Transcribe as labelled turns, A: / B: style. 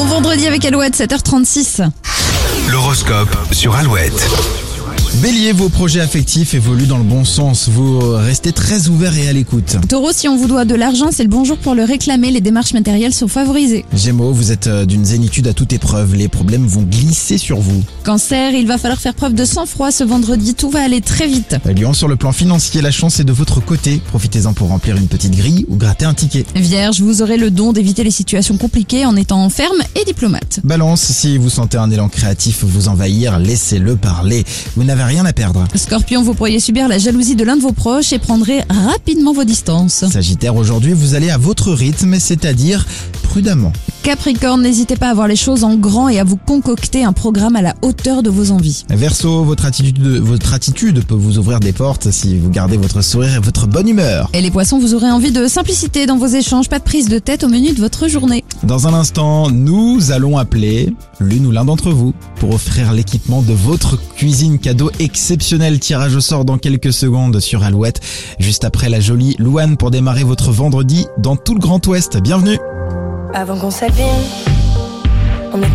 A: vendredi avec Alouette, 7h36.
B: L'horoscope sur Alouette.
C: Bélier, vos projets affectifs évoluent dans le bon sens. Vous restez très ouvert et à l'écoute.
A: Taureau, si on vous doit de l'argent, c'est le bon jour pour le réclamer. Les démarches matérielles sont favorisées.
C: Gémeaux, vous êtes euh, d'une zénitude à toute épreuve. Les problèmes vont glisser sur vous.
A: Cancer, il va falloir faire preuve de sang-froid ce vendredi. Tout va aller très vite.
C: Lyon, sur le plan financier, la chance est de votre côté. Profitez-en pour remplir une petite grille ou gratter un ticket.
A: Vierge, vous aurez le don d'éviter les situations compliquées en étant ferme et diplomate.
C: Balance, si vous sentez un élan créatif vous envahir, laissez-le parler. Vous n'avez rien à perdre.
A: Scorpion, vous pourriez subir la jalousie de l'un de vos proches et prendrez rapidement vos distances.
C: Sagittaire, aujourd'hui, vous allez à votre rythme, c'est-à-dire prudemment.
A: Capricorne, n'hésitez pas à voir les choses en grand et à vous concocter un programme à la hauteur de vos envies.
C: Verseau, votre attitude, votre attitude peut vous ouvrir des portes si vous gardez votre sourire et votre bonne humeur.
A: Et les poissons, vous aurez envie de simplicité dans vos échanges, pas de prise de tête au menu de votre journée.
C: Dans un instant, nous allons appeler l'une ou l'un d'entre vous pour offrir l'équipement de votre cuisine cadeau exceptionnel. Tirage au sort dans quelques secondes sur Alouette, juste après la jolie Louane pour démarrer votre vendredi dans tout le Grand Ouest. Bienvenue
D: Avant qu'on s'abîme, on est